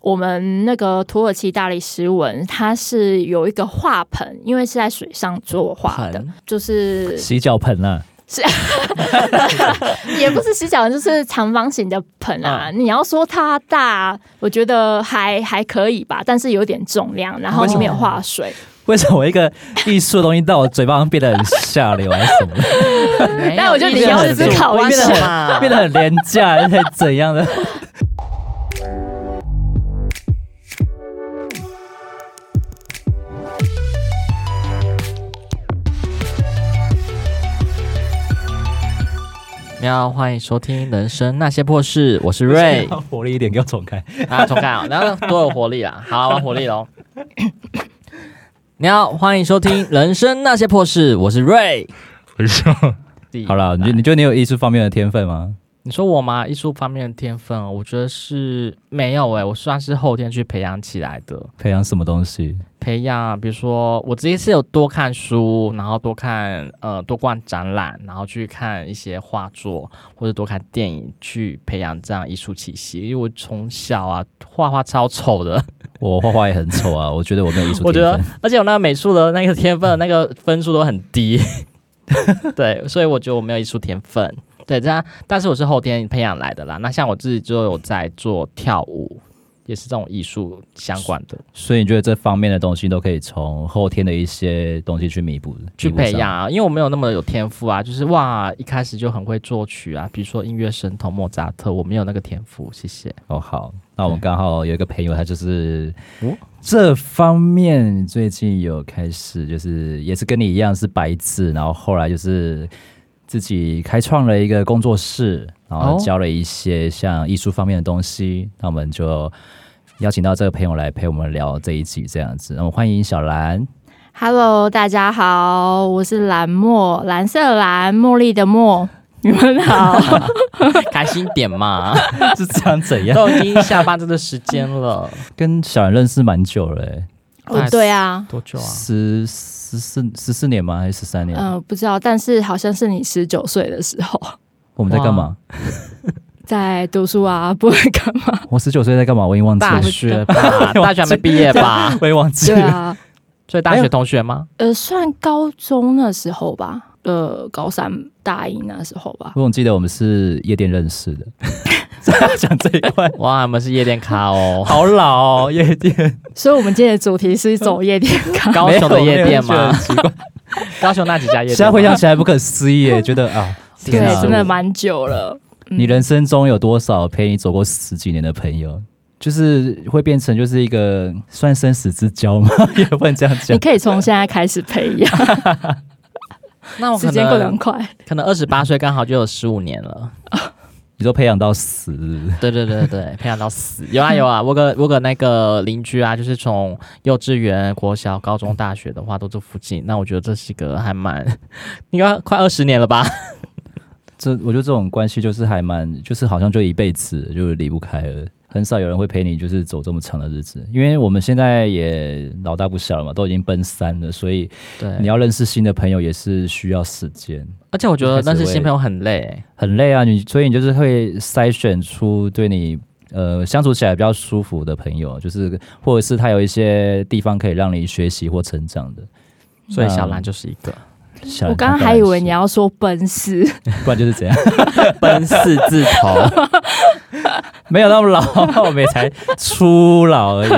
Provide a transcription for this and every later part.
我们那个土耳其大理石纹，它是有一个画盆，因为是在水上作画的盆，就是 洗脚盆啊，也不是洗脚盆，就是长方形的盆啊。你要说它大，我觉得还还可以吧，但是有点重量，然后里面有画水。为什么一个艺术的东西到我嘴巴上变得很下流，还是什么，但我觉得 你要思考一变得下很变得很廉价，还是怎样的？喵，欢迎收听《人生那些破事》，我是瑞 活力一点，给我重开。啊，重看啊，然后多有活力啦，好玩活力 喽。你好，欢迎收听《人生那些破事》，我是 瑞。不是说好了，你觉得你觉得你有艺术方面的天分吗？你说我吗？艺术方面的天分哦，我觉得是没有欸诶、我算是后天去培养起来的。培养什么东西？培养，比如说我自己是有多看书，然后多看呃多逛展览，然后去看一些画作，或者多看电影，去培养这样艺术气息。因为我从小啊画画超丑的，我画画也很丑啊，我觉得我没有艺术我觉天得分。，而且我那个美术的那个天分，那个分数都很低，对，所以我觉得我没有艺术天分。对，这样，但是我是后天培养来的啦。那像我自己就有在做跳舞，也是这种艺术相关的，所以你觉得这方面的东西都可以从后天的一些东西去弥补，去弥补上培养啊。因为我没有那么有天赋啊，就是哇，一开始就很会作曲啊，比如说音乐神童莫扎特，我没有那个天赋，谢谢。哦，好，那我们刚好有一个朋友，他就是哦这方面最近有开始，就是也是跟你一样是白字，然后后来就是自己开创了一个工作室，然后哦教了一些像艺术方面的东西。那我们就邀请到这个朋友来陪我们聊这一集，这样子。那我们欢迎小 兰。 Hello，大家好，我是蓝墨，蓝色蓝，茉莉的茉。你们好， 开心点嘛，是这样怎样？ 都已经下班这个时间了， 跟小兰认识蛮久了、欸， 哦，对啊，多久啊？十十四十四年吗？还是十三年？嗯、不知道，但是好像是你十九岁的时候我们在干哇嘛？在读书啊，不会干嘛？我十九岁在干嘛？我已经忘记大了。学 吧，啊大学还没毕业吧？我也忘记 对了。啊，所以大学同学吗？呃，算高中那时候吧，呃，高三大一那时候吧。我总记得我们是夜店认识的， 讲这一块哇，我们是夜店咖哦，。好老哦，夜店所以，我们今天的主题是走夜 店咖 高雄的夜店？没有没有吗觉得？很奇 怪高雄那几家夜店吗？现在回想起来不可思议耶，觉得啊，对天哪，，真的蛮久了。嗯你人生中有多少陪你走过十几年的朋友？就是会变成就是一个算生死之交吗？ 也不能这样你讲。可以从现在开始培 养，那我可时间过得很能快。可能二十八岁刚好就有十五年了。你说培养到死，是不是对对对对，培养到死。有啊有啊，我 个我个那个邻居啊，就是从幼稚园、国小、高中、大学的话都住附近。那我觉得这是一个还蛮， 应该快二十年了吧？这我觉得这种关系就是还蛮，就是好像就一辈子就离不开了，很少有人会陪你就是走这么长的日子。因为我们现在也老大不小了嘛，都已经奔三了，所以你对，要认识新的朋友也是需要时间，而且我觉得一开认始识新朋友很累、很累啊。你所以你就是会筛选出对你呃相处起来比较舒服的朋友，就是或者是他有一些地方可以让你学习或成长的。所以小兰就是一个 小我兰刚刚她当还然以为是你，要说奔四， 不然就是怎样， 奔四字头。 没有那么老，我们也才初老而已。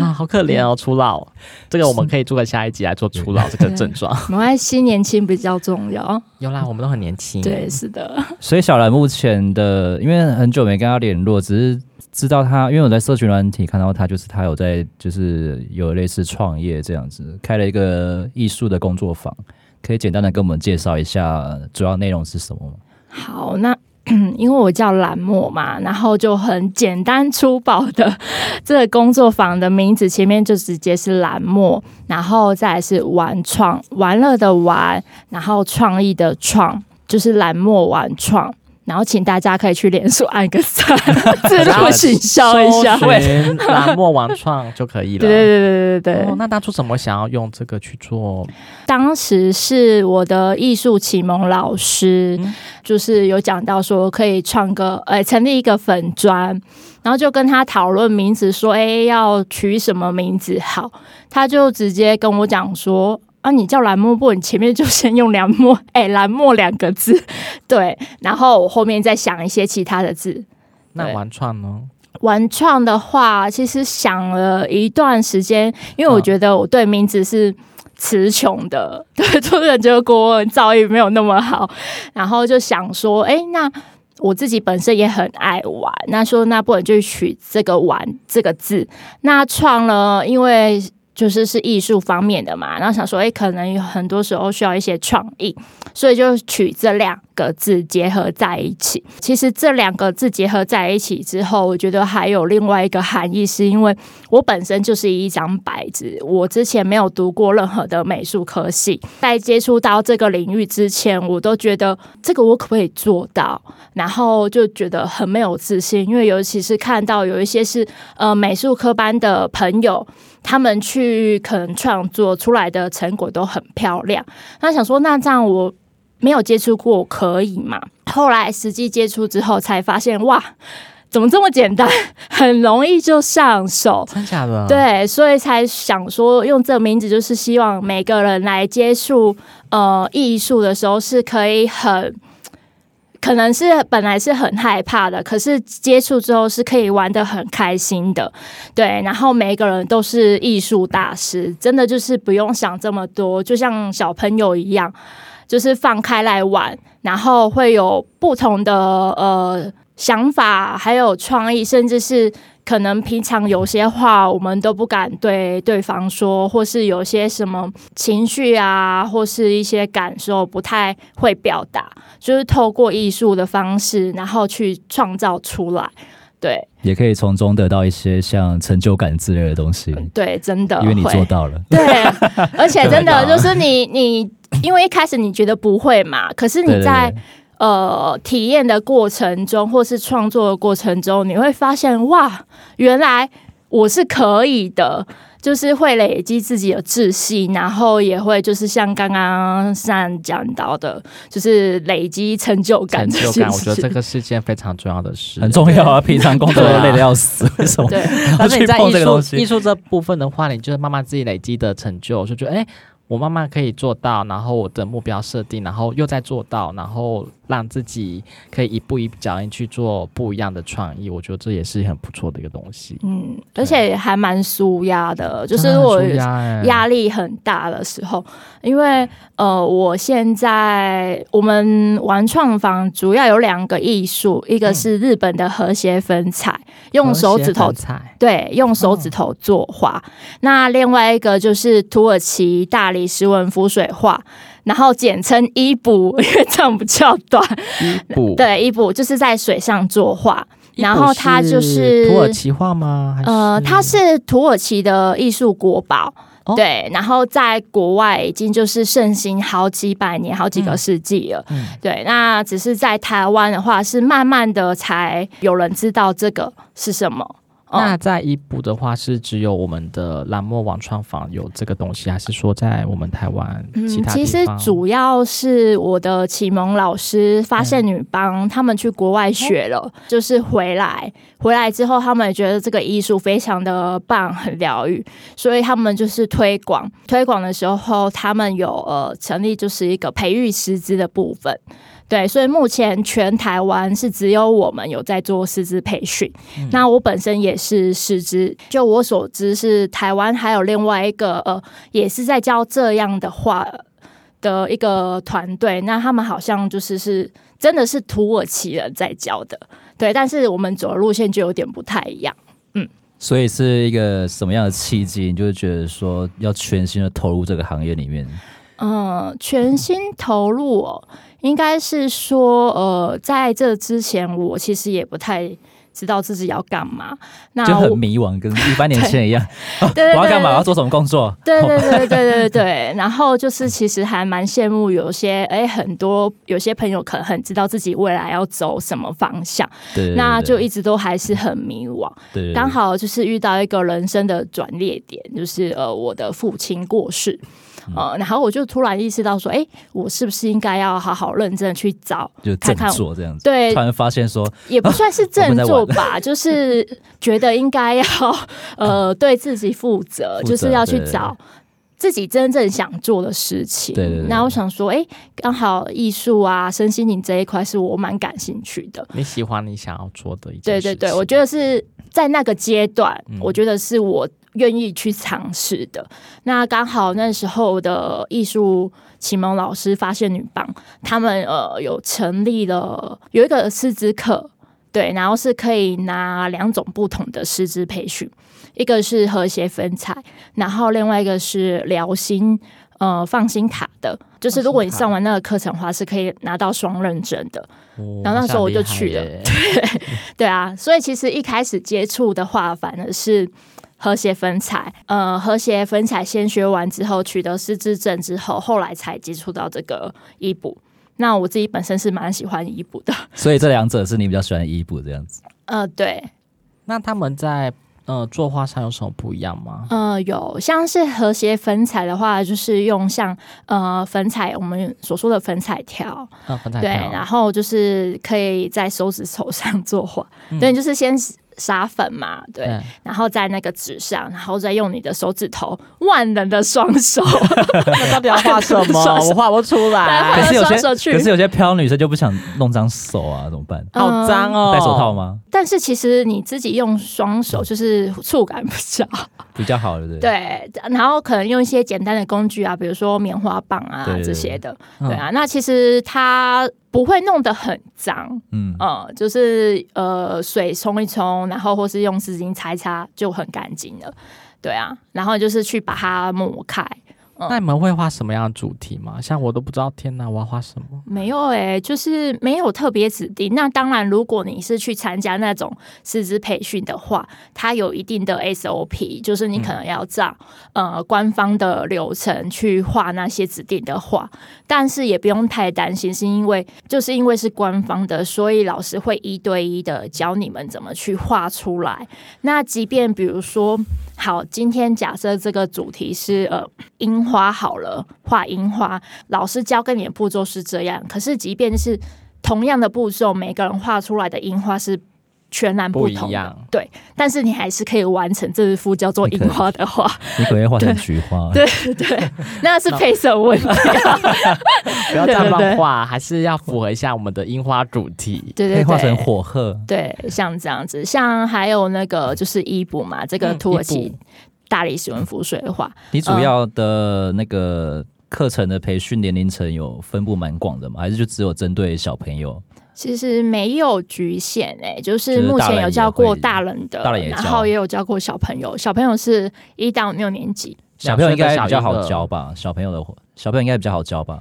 啊，好可怜哦，初老。这个我们可以做个下一集来做初 老这个症状。没关系，年轻比较重要。嗯有啦，我们都很年轻。对，，是的。所以小兰目前的，因为很久没跟她联络，只是知道她，因为我在社群软体看到她，就是她有在，就是有类似创业这样子，开了一个艺术的工作坊，可以简单的跟我们介绍一下呃主要内容是什么吗？好，那 因为我叫蓝墨嘛，然后就很简单粗暴的， 这个工作坊的名字前面就直接是蓝墨，然后再来是玩创，玩乐的玩，然后创意的创，就是蓝墨玩创。然后请大家可以去连锁按个赞， 自助行销一 下。搜寻蓝墨王创就可以了。对对对对对对哦，那当初怎么想要用这个去做？当时是我的艺术启蒙老师，嗯就是有讲到说可以创个呃成立一个粉砖，然后就跟他讨论名字，说哎要取什么名字好，他就直接跟我讲说。啊，你叫蓝墨不？你前面就先用蓝墨，哎、蓝墨两个字，对，然后我后面再想一些其他的字，那对玩创呢？玩创的话，其实想了一段时间，因为我嗯觉得我对名字是词穷的， 对，就是觉得国文造诣没有那么好，然后就想说，哎、那。我自己本身也很爱玩，那说那不然就取这个“玩”这个字。那创了，因为就是是艺术方面的嘛，然后想说，哎、可能有很多时候需要一些创意，所以就取这两个字结合在一起。其实这两个字结合在一起之后，我觉得还有另外一个含义，是因为我本身就是一张白纸，我之前没有读过任何的美术科系，在接触到这个领域之前，我都觉得这个我可不可以做到，然后就觉得很没有自信，因为尤其是看到有一些是呃美术科班的朋友。他们去可能创作出来的成果都很漂亮，那想说那这样我没有接触过可以吗？ 后来实际接触之后才发现，哇，怎么这么简单， 很容易就上手。真假的？， 对，所以才想说用这名字，就是希望每个人来接触呃艺术的时候是可以很。可能是本来是很害怕的，可是接触之后是可以玩的很开心的，对。然后每一个人都是艺术大师，真的就是不用想这么多，就像小朋友一样，就是放开来玩，然后会有不同的呃想法，还有创意，甚至是可能平常有些话我们都不敢对对方说，或是有些什么情绪啊，或是一些感受不太会表达，就是透过艺术的方式，然后去创造出来。对也可以从中得到一些像成就感之类的东西，对，真呃的因为你会做啊到了。对，而且 真的真的就是你你，因为一开始你觉得不会嘛，可是你对对在对呃体验的过程中，或是创作的过程中，你会发现哇，原来我是可以的，就是会累积自己的自信，然后也会就是像刚刚上讲到的，就是累积成就感成这就件感，我觉得事这。个是件非常重要的事，很重要啊！平常工作都累得要 死，为什么对，要但是去啊你在碰艺这个东术艺西？术这部分的话，你就是慢慢自己累积的成就，就觉得哎、诶我慢慢可以做到，然后我的目标设定，然后又再做到，然后让自己可以一步一脚印去做不一样的创意，我觉得这也是很不错的一个东西。嗯，而且还蛮舒压的，就是真的很我舒压欸压力很大的时候，因为呃，我现在我们玩创坊主要有两个艺术，一个是日本的和谐粉彩，用手指头嗯和谐粉彩，对，用手指头作画。那另外一个就是土耳其大理石纹浮水画，然后简称伊卜，因为这样比较短。衣服，对，伊卜就是在水上作画，衣服然后它就是土耳其话吗？还是呃，它是土耳其的艺术国宝。哦对，然后在国外已经就是盛行好几百年、好几个世纪了。嗯对，那只是在台湾的话，是慢慢的才有人知道这个是什么。哦那在伊布的话，是只有我们的蓝墨网创坊有这个东西，还是说在我们台湾其他地嗯其实方？主要是我的启蒙老师发现女帮、他们去国外学了，嗯就是回来回来之后，他们也觉得这个艺术非常的棒，很疗愈，所以他们就是推广。推广的时候，他们有呃成立就是一个培育师资的部分。对，所以目前全台湾是只有我们有在做师资培训。嗯那我本身也是师资，就我所知是台湾还有另外一个呃也是在教这样的话的一个团队，那他们好像就是是真的是土耳其人在教的，对，但是我们走的路线就有点不太一样。所以是一个什么样的契机？你就会觉得说要全心的投入这个行业里面，嗯，全心投入哦，应该是说，呃，在这之前我其实也不太知道自己要干嘛。那就我很迷惘，跟一般年轻人一样。哦 对对 我要干嘛？对我要做什么工作？对对对对对对对， 然后就是其实还蛮羡慕有些哎，很多有些朋友可能很知道自己未来要走什么方向，对，对那就对一直都还是很迷惘。对对对刚好就是遇到一个人生的转捩点，就是呃，我的父亲过世，嗯呃，然后我就突然意识到说，哎，我是不是应该要好好认真的去找？就看振看作这样子。对突，然发现说，也不算是振 我作们在吧， 就是觉得应该 要呃对自己负责，负责就是要去对找自己真正想做的事情。对对对那我想说，哎，刚好艺术啊、身心灵这一块是我蛮感兴趣的。你喜欢你想要做的一件对对事情。嗯对，我觉得是在那个阶段，我觉得是我愿意去尝试的。那刚好那时候的艺术启蒙老师发现女棒，他们呃有成立了有一个师资课。对，然后是可以拿两种不同的师资培训，一个是和谐分彩，然后另外一个是疗心呃放心卡的，就是如果你放心卡上完那个课程的话，是可以拿到双认证的。哦，然后那时候我就好像很厉去害了耶。对啊，所以其实一开始接触的话，反而是和谐分彩，呃，和谐分彩先学完之后，取得师资证之后，后来才接触到这个医补。那我自己本身是蛮喜欢医补的，所以这两者是你比较喜欢衣服这样子。呃，对，那他们在呃作画上有什么不一样吗？呃，有像是和谐粉彩的话，就是用像呃粉彩我们所说的粉彩条，呃，粉彩对，啊条然后就是可以在手指头上作画，对，就是先撒粉嘛，对，对，然后在那个纸上，然后再用你的手指头，万能的双 手，那到底要 画什刷么？手我画不出对 可画来，是有些，呃双手去可是有些飘女生就不想弄脏手啊，怎么办？好脏哦！戴手套？吗？但是其实你自己用双手就是触感比较好比较好，对不 对？对，然后可能用一些简单的工具啊，比如说棉花棒啊对对对这些的，嗯对啊，那其实它不会弄得很脏，嗯，嗯，就是呃水冲一冲，然后或是用湿巾擦一擦就很干净了，对啊，然后就是去把它抹开，嗯那你们会画什么样的主题吗？像我都不知道，天哪，我要画什么？没有诶、就是没有特别指定。那当然，如果你是去参加那种师资培训的话，它有一定的 SOP，就是你可能要照、呃官方的流程去画那些指定的画，但是也不用太担心，是因为就是因为是官方的，所以老师会一对一的教你们怎么去画出来。那即便比如说，好，今天假设这个主题是呃樱花好了，画樱花，老师教给你的步骤是这样，可是即便是同样的步骤，每个人画出来的樱花是全然不不同的一样，对，但是你还是可以完成这幅叫做樱花的画，你可能会画成菊花。对对， 那是配色问题，不要这样对对对乱画，还是要符合一下我们的樱花主题。对可以对画成对。火鹤。对，像这样子，像还有那个就是伊布嘛，这个嗯土耳伊其布大理石文浮水画，你主嗯要的那个课程的培训年龄层有分布蛮广的吗？还是就只有针对小朋友？其实没有局限诶、就是就是目大人前有也教过会大人的，大人也然教后也有教过小朋友，小朋友是一到六年级。小朋友应该两比岁较的小一好的教吧？小朋友的小朋友应该比较好教吧？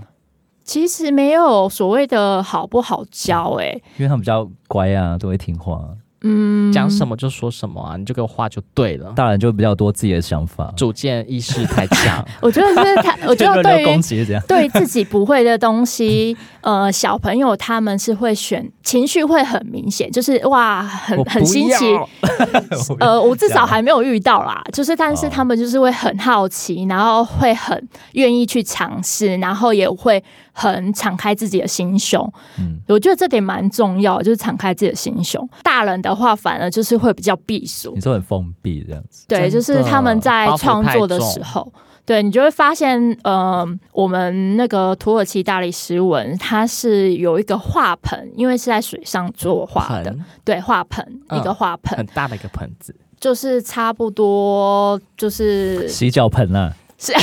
其实没有所谓的好不好教欸诶、因为他们比较乖啊，都会听话。讲嗯什么就说什么啊，你就给我画就对了。大人就比较多自己的想法，主见意识太 强，我觉得是 他，我觉得就轮对流攻于击这样。对自己不会的东西， 呃，小朋友他们是会选情绪会很明显，就是哇，很我很不新 奇，要我不要呃，我至这少样还没有遇到 啦，就是但是哦他们就是会很好奇，然后会很愿意去尝试，然后也会很敞开自己的心胸。嗯我觉得这点蛮重要，就是敞开自己的心胸。大人的话，反而就是会比较避俗 你，说很封闭这样子，对，真就是他们的在包袱创太作的重时候。对你就会发现，呃，我们那个土耳其大理石纹，它是有一个画盆，因为是在水上作画的，盆对，画盆、一个嗯画盆很，大的一个盆 子，就是差不多，就是 洗脚盆啊啦，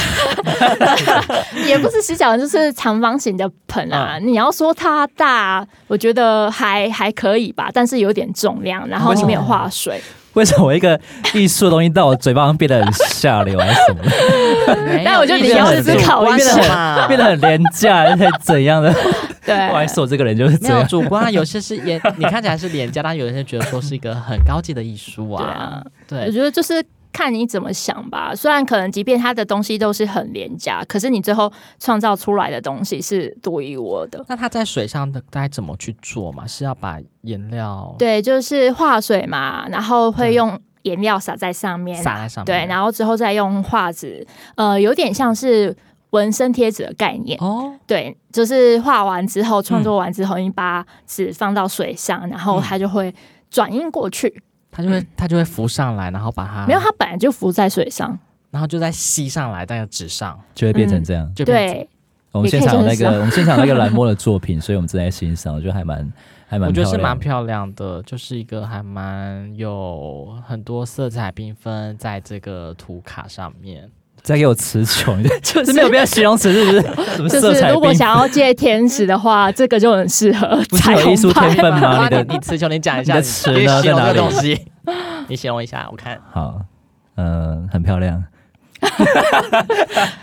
也不是洗脚，就是长方形的盆啊。嗯你要说它大，我觉得还还可以吧，但是有点重量，然后里面有化水。为什么一个艺术的东西到我嘴巴上变得很下流，还是什么， 但我觉得你要思考一变得下很 变得很廉价，还是怎样的？不好意思，对，我这个人就是没这有样。主观啊，有些是廉， 你看起来是廉价，但有些人觉得说是一个很高级的艺术对啊啊。我对，觉得就是看你怎么想吧。虽然可能即便他的东西都是很廉价，可是你最后创造出来的东西是独一无二的。那它在水上的该怎么去做嘛？是要把颜料对，就是化水嘛，然后会对用颜料撒在上面，撒在上面？对，然后之后再用画纸，呃，有点像是纹身贴纸的概念。哦，嗯对，就是画完之后，创作完之后，你把纸放到水上，然后它就会转印过去。它就会它就会浮上来，然后把它没有，它本来就浮在水上。然后就再吸上来，在纸上就会变成这样。就变成对，我们现场有嗯那你可以这样个，我们现场有那个蓝墨的作品，所以我们正在欣赏，我觉得还蛮还蛮，我觉得是蛮。漂亮的，就是一个还蛮有很多色彩缤纷在这个图卡上面。再给我词穷， 就是没有必要形容词，是不是？什么就色是彩如果缤纷？想要借天使的话，这个就很适合不是彩有艺术虹天派。分吗？你你的词穷，你讲一下你的词词呢形容在哪这里个东西， 你形容一下，我 看。好，嗯，很漂亮。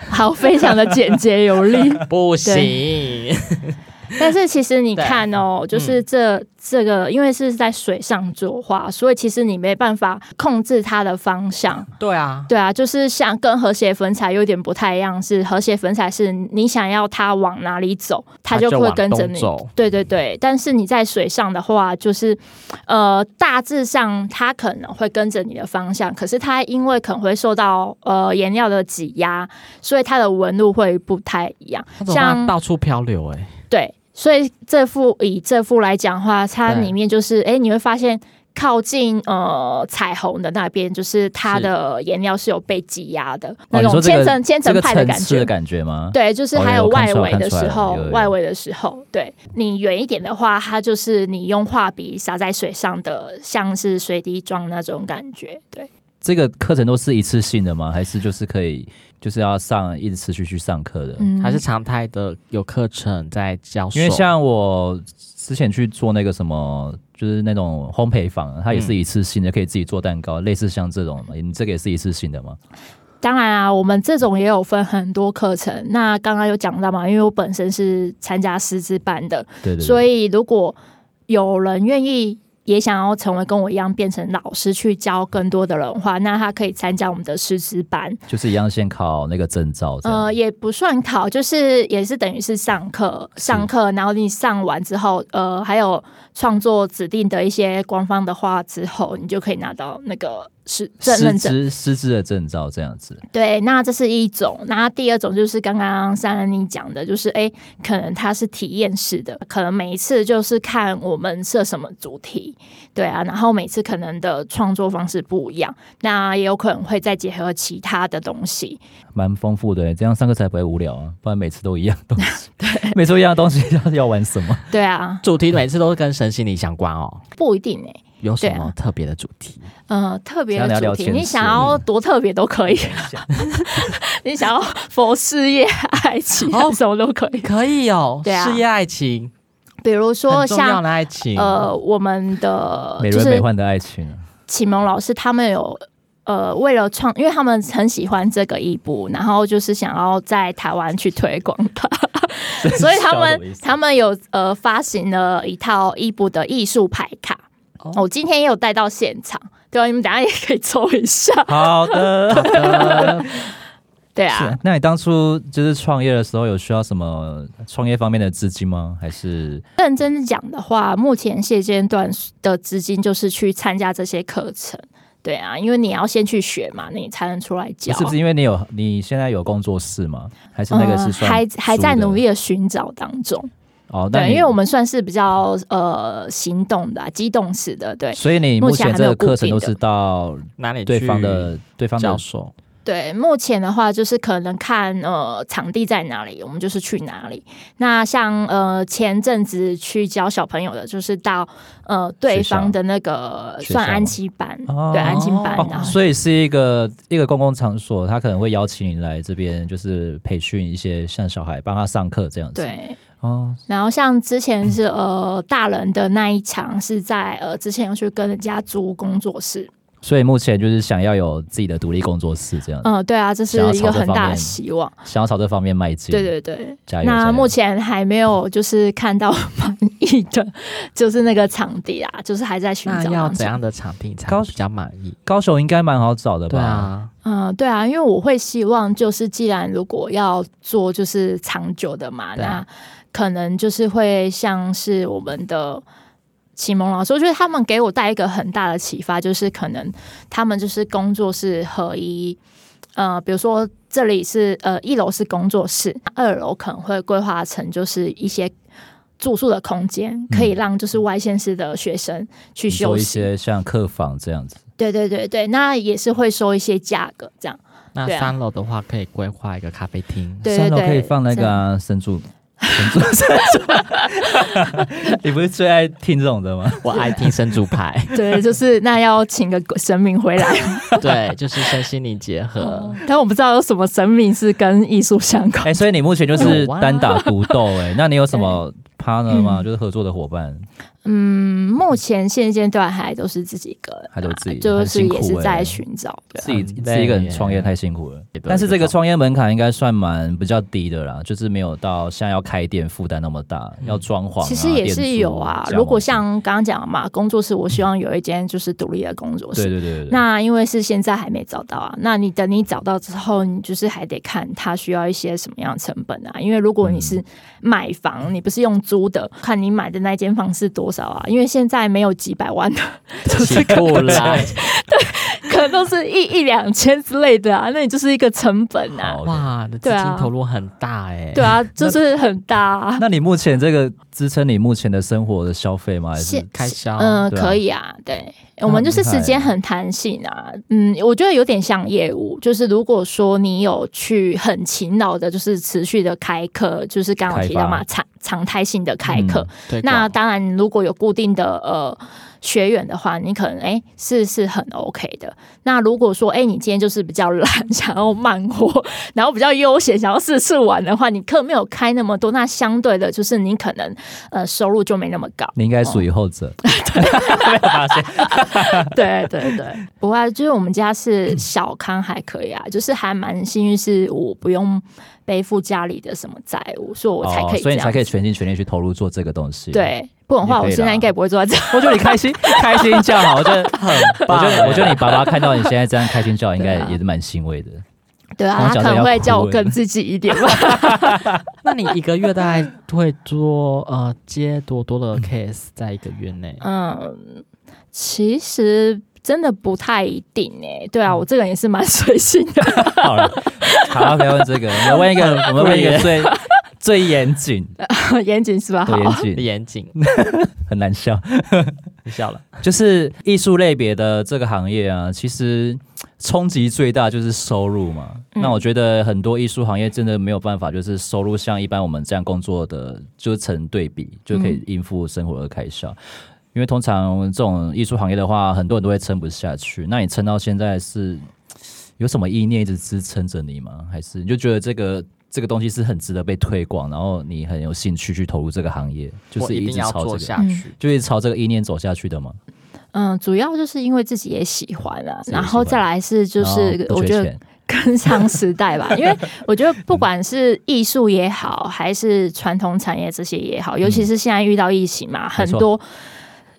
好，非常的简洁有力。不行， 但是其实你看哦，嗯就是这、这个，因为是在水上作画，所以其实你没办法控制它的方向。对啊，对啊，就是像跟和谐粉彩有点不太一样，是和谐粉彩是你想要它往哪里走，它就会跟着它你就往东走。对对对，但是你在水上的话，就是呃，大致上它可能会跟着你的方向，可是它因为可能会受到呃颜料的挤压，所以它的纹路会不太一样。它怎么办像到处漂流哎、对，所以这幅以这幅来讲的话，它对里面就是哎、诶你会发现靠近呃彩虹的那边，就是它是的颜料是有被挤压的哦那你说种这千个层千这层个派的层感次觉的。感觉吗？对，就是哦还有有我看外出来围看的出来时了候有有，外围的时候，对你远一点的话，它就是你用画笔洒在水上的，像是水滴状那种感觉。对，这个课程都是一次性的吗？还是就是可以就是要上一直持续去上课的？嗯还是常态的有课程在教授，因为像我之前去做那个什么，就是那种烘焙坊，它也是一次性的，可以自己做蛋糕，类似像这种嘛。你这个也是一次性的吗？当然啊，我们这种也有分很多课程。那刚刚有讲到嘛，因为我本身是参加师资班的，对对对。所以如果有人愿意也想要成为跟我一样变成老师去教更多的人的话，那他可以参加我们的师资班。就是一样先考那个证照这样。呃，也不算考，就是也是等于是上课，上课，然后你上完之后，呃，还有创作指定的一些官方的话之后，你就可以拿到那个师证师认证。资师资的证照这样子，对，那这是一种。那第二种就是刚刚珊珊你讲的，就是诶，可能它是体验式的，可能每一次就是看我们设什么主题，对啊，然后每次可能的创作方式不一样，那也有可能会再结合其他的东西。蛮丰富的。这样上课才不会无聊啊，不然每次都一样东 西。每次都一样东西， 要要玩什么？对啊，主题每次都是跟神心理相关哦。不一定诶，有什对么啊特别的主题？呃，特别想要的主聊聊题，前你世嗯想要多特别都可 以， 你想要佛事业、爱情啊哦什么都可以。可以哦，对啊事业、爱情，比如说很重要像的爱情。呃，我们的美哦就轮是美奂的爱情啊，启蒙老师他们有呃，为了创，因为他们很喜欢这个一部，然后就是想要在台湾去推广 它，所以他们他们有呃发行了一套一部的艺术牌卡，哦我今天也有带到现场，对、啊，你们等一下也可以抽一下，好的，好的。 对啊是。那你当初就是创业的时候，有需要什么创业方面的资金吗？还是认真讲的话，目前现阶段的资金就是去参加这些课程。对啊，因为你要先去学嘛，你才能出来教。是不是因为你有你现在有工作室吗？还是那个是呃算、还还在努力的寻找当中。哦？那对，你因为我们算是比较呃行动的啊、机动式的，对所以你目前这个课程都是到哪里去对方的对方的教授？对。目前的话，就是可能看呃场地在哪里，我们就是去哪里。那像呃前阵子去教小朋友的，就是到呃对方的那个学校算安亲班，哦对安亲班，哦然后所以是一个一个公共场所，他可能会邀请你来这边，就是培训一些像小孩帮他上课这样子。对。哦，然后像之前是呃大人的那一场是在呃之前要去跟人家租工作室，所以目前就是想要有自己的独立工作室这样，嗯，对啊，这是一个很大的希望。想要朝这方面迈进。对对对，加油，加那油目前还没有就是看到 满意的，就是那个场地啊，就是还在寻那找要当怎中。样的场地才高会比较满意？高雄应该蛮好找的吧？对啊，嗯，对啊，因为我会希望就是既然如果要做就是长久的嘛，对那啊可能就是会像是我们的。启蒙老师，我觉得他们给我带一个很大的启发，就是可能他们就是工作是合一，呃，比如说这里是呃一楼是工作室，二楼可能会规划成就是一些住宿的空间，可以让就是外县市的学生去嗯你休说一息。些像客房这样子，对对对对，那也是会收一些价格这样。那对啊三楼的话可以规划一个咖啡厅。对三楼对对可以放那个啊神 助。神助神助，你不是最爱听这种的 啊吗？我爱听生猪牌， 对，就是那要请个神明回 来，呃对，就是身心灵结合。但我不知道有什么神明是跟艺术相关。哎、所以你目前就是有啊单打独斗哎，那你有什么 partner 吗？就是合作的伙伴， 嗯，目前现阶段还都是自己一个人啊，还都自己就很是辛也是苦欸在寻找。对啊自己很自己一个累人耶创业太辛苦了。也都但是这个种创业门槛应该算蛮比较低的啦，就是没有到像要开店负担那么大，要装潢、啊、其实也店是租有啊，加盟如果像刚刚讲的嘛，工作室我希望有一间就是独立的工作室。对对对对对，那因为是现在还没找到啊，那你等你找到之后，你就是还得看它需要一些什么样的成本啊。因为如果你嗯是买房，你不是用租的，看你买的那间房是多少啊。因为现在没有几百万的，起步来， 可能都是一一两千之类的啊，那你就是一个成本啊好。哇，你的资对啊金投入很大哎。对啊，就是很大、 啊。那你目前这个支撑你目前的生活的消费吗？还是现开销，嗯、对啊可以啊，对，那我们就是很厉害时间很弹性啊。嗯，我觉得有点像业务，就是如果说你有去很勤劳的，就是持续的开课，就是刚刚有提到嘛，开嗯常常态性的开课。对广啊那当然，如果有固定的呃学员的话，你可能哎、是是很 OK 的。那如果说哎、你今天就是比较懒，想要慢活，然后比较悠闲，想要四处玩的话，你课没有开那么多，那相对的就是你可能呃收入就没那么 高。你应该属于后者，哦对对对，不过就是我们家是小康还可以啊，就是还蛮幸运，是我不用背负家里的什么债务，所以我才可以、哦，所以你才可以。全心全力去投入做这个东西。，对，不然的话，也可以我啦现在应该也不会坐在这。我觉得你开心开心就好，我 觉得很我棒觉哎，得我觉得你爸爸看到你现在这样开心就好，应对该啊也是蛮欣慰的。对然啊，他后讲可得能要会哭叫我了更自己一点吧。那你一个月大概会做呃接多多的 case 在一个月内？嗯，其实真的不太一定诶、对嗯啊，我这个人也是蛮随性的。好 了，好了，不要问这个，我们问一个，我们问 一个最最严谨，严谨是吧？好最，严谨，严谨，很难笑。你笑了。就是艺术类别的这个行业啊，其实冲击最大就是收入嘛。嗯那我觉得很多艺术行业真的没有办法，就是收入像一般我们这样工作的，就成对比就可以应付生活的开销。因为通常这种艺术行业的话，很多人都会撑不下去。那你撑到现在是有什么意念一直支撑着你吗？还是你就觉得这个这个东西是很值得被推广，然后你很有兴趣去投入这个行业，就是我一直定要朝这做个，下去。就一直朝这个意念走下去的吗？嗯，主要就是因为自己也喜欢啊，己也然后喜欢再来是就然后是不我缺觉得钱跟上时代吧，因 为我觉得不管是艺术也好，还是传统产业这些也好，尤其是现在遇到疫情嘛，嗯没很错多。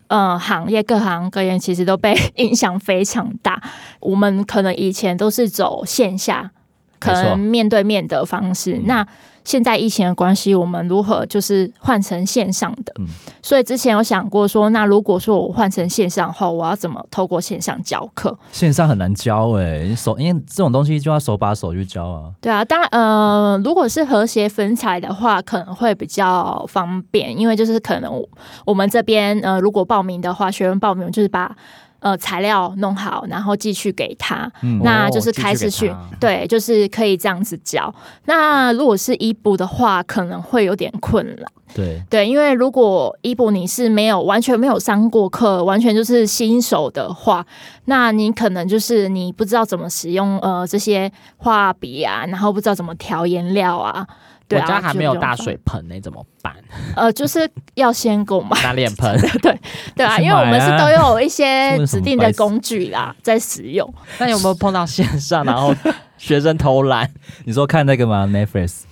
呃，行业各行各业其实都被影响非常大。我们可能以前都是走线下，可没错能面对面的方式嗯。那现在疫情的关系，我们如何就是换成线上的？嗯所以之前有想过说，那如果说我换成线上后，我要怎么透过线上教课？线上很难教哎、你手因为这种东西就要手把手去教啊。对啊，当然，呃，如果是和谐粉彩的话，可能会比较方便，因为就是可能我我们这边，呃，如果报名的话，学员报名就是把呃材料弄好，然后寄去给他，嗯那就是开始去，对，就是可以这样子教。那如果是医补的话，可能会有点困难。对，对，因为如果伊博你是没有完全没有上过课，完全就是新手的话，那你可能就是你不知道怎么使用呃这些画笔啊，然后不知道怎么调颜料啊。对我啊，家还就没有这种大方水盆呢、怎么办？呃，就是要先购买。拿脸 盆。对 啊，去因为我们买是啊都有一这些为什指么定白的痴工具啦，在使用。那有没有碰到线上，然后学生偷懒？你说看那个吗？Netflix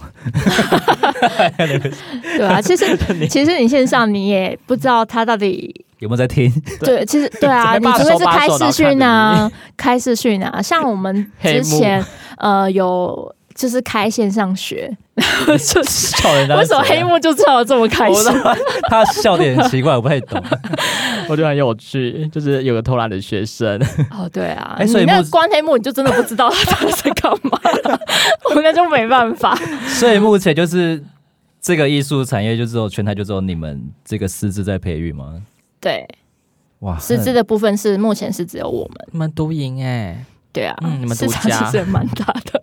对啊，其 实其实你线上你也不知道他到底有没有在听？ 对，其 实对啊，没你办法除非手是把开手然视后讯看啊， 开视讯啊，像我们 黑之幕前呃有就是开线上 学，就是笑人家为是什谁啊么黑幕就知道这么开我心？ 他笑点很奇怪，我不 太懂。我觉得很有趣，就是有个偷懒的学生，哦，对啊，哎所你以那幕个关黑幕你就真的不知道他到底在干嘛， 我那就没办法。所以目前就是这个艺术产业，就只有全台就只有你们这个师资在培育吗？对，嗯哇，师资的部分是目前是只有我们， 你们独赢哎，对啊，嗯你们市独场家其实也蛮大的，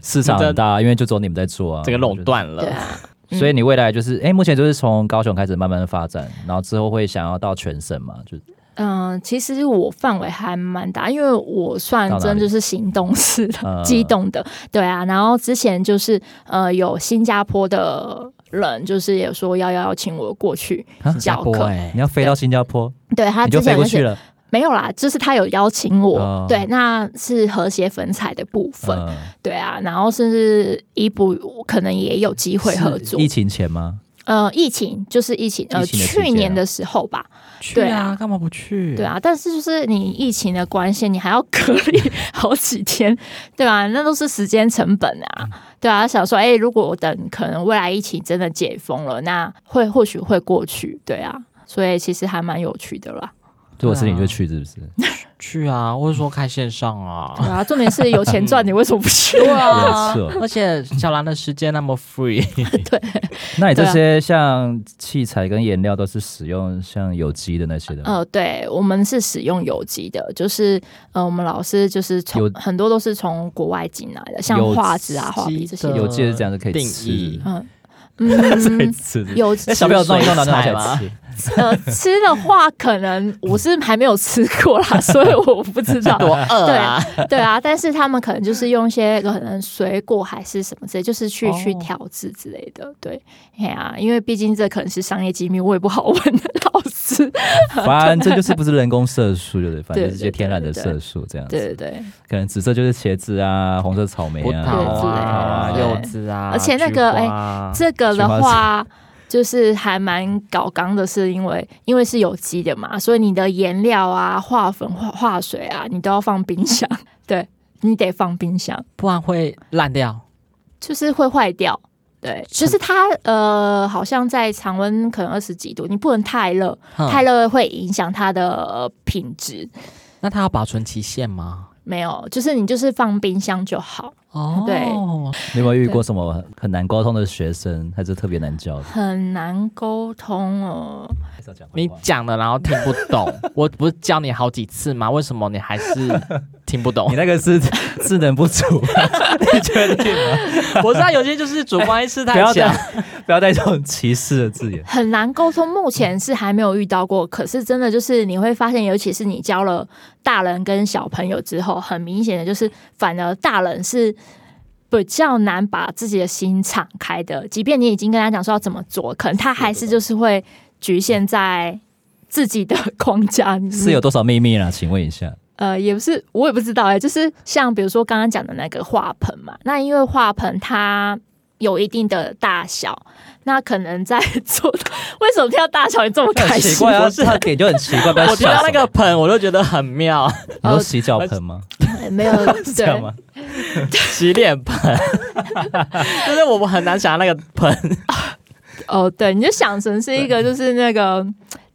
市场很大，因为就只有你们在做啊， 整个垄断对 了。啊。嗯所以你未来就是，哎、目前就是从高雄开始慢慢的发展，然后之后会想要到全省嘛，就嗯，其实我范围还蛮大，因为我算到哪真里就是行动式的、嗯激动的，对啊。然后之前就是呃，有新加坡的人就是也说要邀请我过去啊教新加坡课，哎你要飞到新加坡，对他啊你之就飞前过而去且了。没有啦，就是他有邀请我，哦对，那是和谐粉彩的部分，嗯对啊。然后甚至一步可能也有机会合是作疫，情前吗？呃，疫情就是疫情，呃，疫情的期去间年啊的时候吧，去对啊啊，干嘛不去？对，啊，但是就是你疫情的关系，你还要隔离 好几天，对吧、那都是时间成本嗯啊，对啊。想说，哎、如果我等可能未来疫情真的解封了，那会或许会过去，对啊。所以其实还蛮有趣的啦， 如果是你就去，是不是？去啊，或者说开线上啊 对。啊。重点是有钱赚，你为什么不去？嗯啊没错而且小兰的时间那么 free，那你这对啊些像器材跟颜料都是使用像有机的那些的吗，呃，对，我们是使用有机的，就是呃，我们老师就是从有很多都是从国外进来的，像有画纸啊、画笔这些机，的有机的是这样子可以吃定义，嗯 可以嗯，吃。有 哎，小朋友弄一弄，然后拿起水来菜吃。呃，吃的话，可能我是还没有吃过啦，所以我不知道。多饿对啊！对啊， 但是他们可能就是用一些可能水果还是什么之类，就是去、哦去调制之类的。对，哎呀、因为毕竟这可能是商业机密，我也不好问啊老师。反正就是不是人工色素，就是反正 对就是些天然的对对对色素这样对对子。对，可能紫色就是茄子啊，红色草莓葡啊，萄啊，对之类的柚子啊，而且那个哎菊花啊这个的菊话。就是还蛮搞刚的，是因为因为是有机的嘛，所以你的颜料啊、化粉、化化水啊，你都要放冰箱。 对你得放冰箱。不然会烂掉。就是会坏掉。对，就是它呃，好像在常温可能二十几度，你不能太热，哼太热会影响它的、呃品质。那它有保存期限吗？没有，就是你就是放冰箱就好，哦，对你有没有遇过什么很难沟通的学生，还是特别难教的？很难沟通哦。你讲了，然后听不懂。 我不是教你好几次吗？为什么你还是听不懂你？那个是 智能不 足，你确定吗？ 我知道有些就是主观意识不太要强再。不要带这种歧视的字眼。很难沟通，目前是还没有遇到过。可是真的就是你会发现，尤其是你教了大人跟小朋友之后，很明显的就是，反而大人是比较难把自己的心敞开的。即便你已经跟他讲说要怎么做，可能他还是就是会局限在自己的 框架里面。是有多少秘密啦？请问 一下，呃，也不是，我也不知道哎、就是像比如说刚刚讲的那个画盆嘛，那因为画盆它有一定的大小，那可能在做 的，为什么听到大小你这么开很心？ 奇怪啊，我是他点就很奇怪，不要我听笑到什那么。个盆，我就觉得很妙，你说洗脚盆吗？呃没有 是这样对，吗？洗脸盆， 就是我们很难想象那个盆。哦对，你就想成是一个就是那个